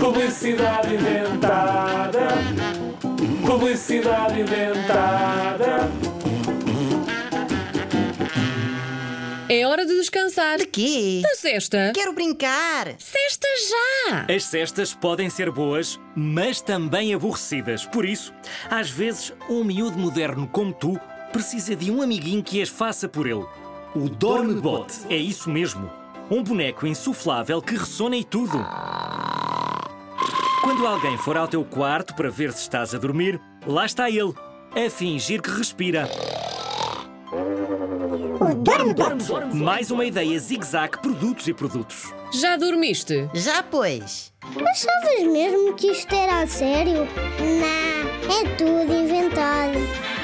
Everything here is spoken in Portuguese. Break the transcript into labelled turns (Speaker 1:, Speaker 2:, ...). Speaker 1: Publicidade inventada. Publicidade inventada.
Speaker 2: É hora de descansar.
Speaker 3: De quê?
Speaker 2: Da sexta.
Speaker 3: Quero brincar!
Speaker 2: Sexta já!
Speaker 4: As cestas podem ser boas, mas também aborrecidas. Por isso, às vezes, um miúdo moderno como tu precisa de um amiguinho que as faça por ele. O Dormebot. É isso mesmo. Um boneco insuflável que ressona e tudo. Quando alguém for ao teu quarto para ver se estás a dormir, lá está ele, a fingir que respira. Mais uma ideia zig-zag, produtos e produtos.
Speaker 2: Já dormiste?
Speaker 3: Já pois!
Speaker 5: Achavas mesmo que isto era a sério? Não, é tudo inventado.